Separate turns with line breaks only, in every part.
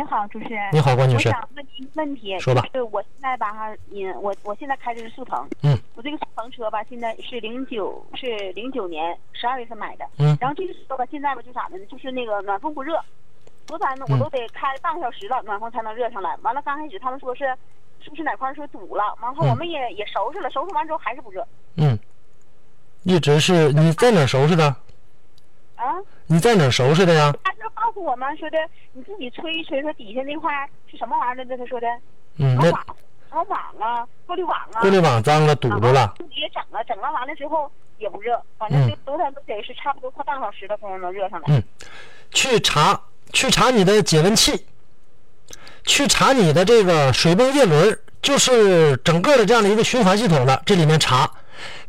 您好，主持人。
你好，关女士
我。想问您一个问题，
说吧
就是我现在吧哈，嗯，我我现在开的是速腾，
嗯，
我这个速腾车吧，现在是零九是零九年十二月份买的，
嗯
然后这个车吧，现在吧就咋的呢，就是那个暖风不热，多烦呢，我
嗯
都得开半个小时了，暖风才能热上来。完了，刚开始他们说是是不是哪块儿说堵了，完后
嗯
我们也、也收拾了，收拾完之后还是不热
嗯，一直是你在哪儿收拾的？
啊。
你在哪儿收拾的呀？
他就告诉我们说的，你自己吹一吹，说底下那块儿是什么玩意儿来着？他说的
嗯
什，么
那
网，什么网啊，过滤网啊。
过滤网脏了，堵着了。
自己也整了，整了完了之后也不热，反正
嗯
就多少都得是差不多快半个小时了才能热上来。
嗯去查去查你的解温器，去查你的这个水泵叶轮儿，就是整个的这样的一个循环系统了。这里面查，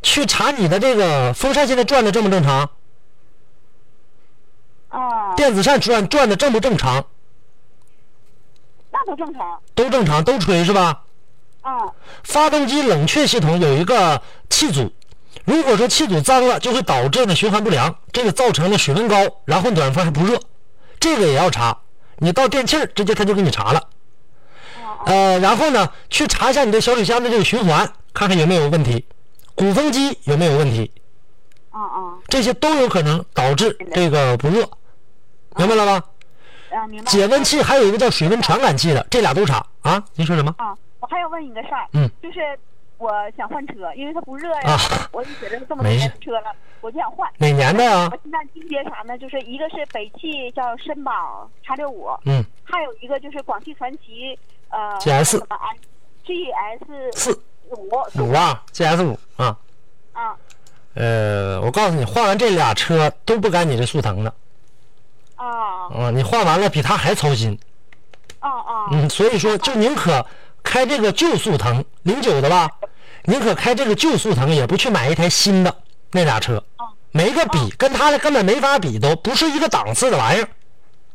去查你的这个风扇现在转的正不正常，嗯
啊，
电子扇转转的正不正常，
那都正常。
都正常，都吹是吧？
嗯
发动机冷却系统有一个气阻，如果说气阻脏了，就会导致呢循环不良，这个造成了水温高，然后暖风还不热，这个也要查。你到电器儿直接他就给你查了，
嗯
呃，然后呢去查一下你的小水箱的这个循环，看看有没有问题，鼓风机有没有问题，
嗯嗯
这些都有可能导致这个不热，明白了吗？
嗯，啊，明白。
解温器还有一个叫水温传感器的，这俩都查啊。您说什么？
啊，我还要问你个事儿，
嗯，
就是我想换车，因为它不热呀，
啊
我就觉得这么多
没事嗯
年的车了，我就想换。
哪年的啊呀
我？现在纠结啥呢？就是一个是北汽叫绅宝叉六五，
嗯，
还有一个就是广汽传祺呃
GS
什么 GS
四
五
五啊，GS 五啊。
啊
呃，我告诉你，换完这俩车都不赶你这速腾了
啊
啊、你换完了比他还操心，
啊啊！
嗯，所以说就宁可开这个旧速腾零九的吧，宁可开这个旧速腾，也不去买一台新的那俩车，
啊
没个比，跟他的根本没法比，都不是一个档次的玩意儿，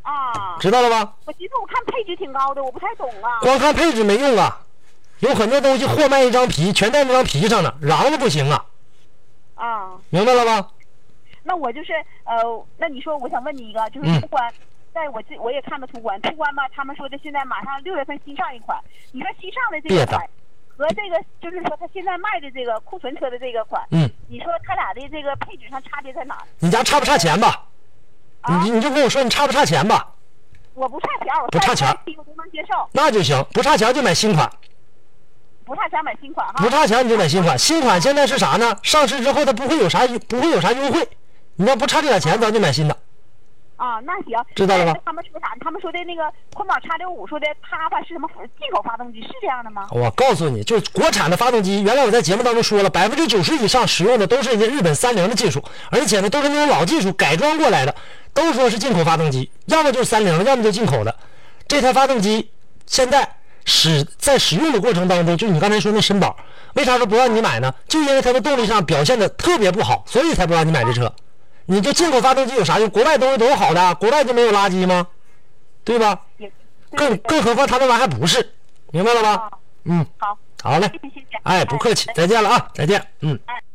啊，
知道了吧？
我寻思我看配置挺高的，我不太懂啊。
光看配置没用啊，有很多东西货卖一张皮，全在那张皮上呢，瓤子不行啊，
啊，
明白了吧？
那我就是呃，那你说我想问你一个，就
嗯
是途观，在我这我也看到途观，途观吧，他们说的现在马上六月份新上一款，你说新上的这
别
个
的
款和这个就是说他现在卖的这个库存车的这个款，
嗯，
你说他俩的这个配置上差别在哪儿？
你家差不差钱吧？
啊
你你就跟我说你差不差钱吧，
我不差钱儿，我
不差钱
三十
儿
万起我都能接受，
那就行，不差钱就买新款。
不差钱买新款
不
哈。
差钱你就买新款，新款现在是啥呢？上市之后它不会有啥优不会有啥优惠，你要不差这点钱，咱就买新的。
啊，那行，
知道了吧
那他们说啥？他们说的那个坤宝叉六五说的它吧是什么进口发动机，是这样的吗？
我告诉你，就是国产的发动机，原来我在节目当中说了，百分之九十以上使用的都是人家日本三菱的技术，而且呢都是那种老技术改装过来的，都说是进口发动机，要么就是三菱的，要么就进口的。这台发动机现在使在使用的过程当中，就你刚才说那绅宝，为啥说不让你买呢？就因为它的动力上表现的特别不好，所以才不让你买这车。你这进口发动机有啥用？国外东西都是好的啊，国外就没有垃圾吗？对吧？
也对
更
对对
更何况他那玩意儿还不是，明白了吧
啊？
嗯，
好，
好嘞。
谢谢谢谢。
哎哎，不客气，再见了啊，再见，嗯。
哎。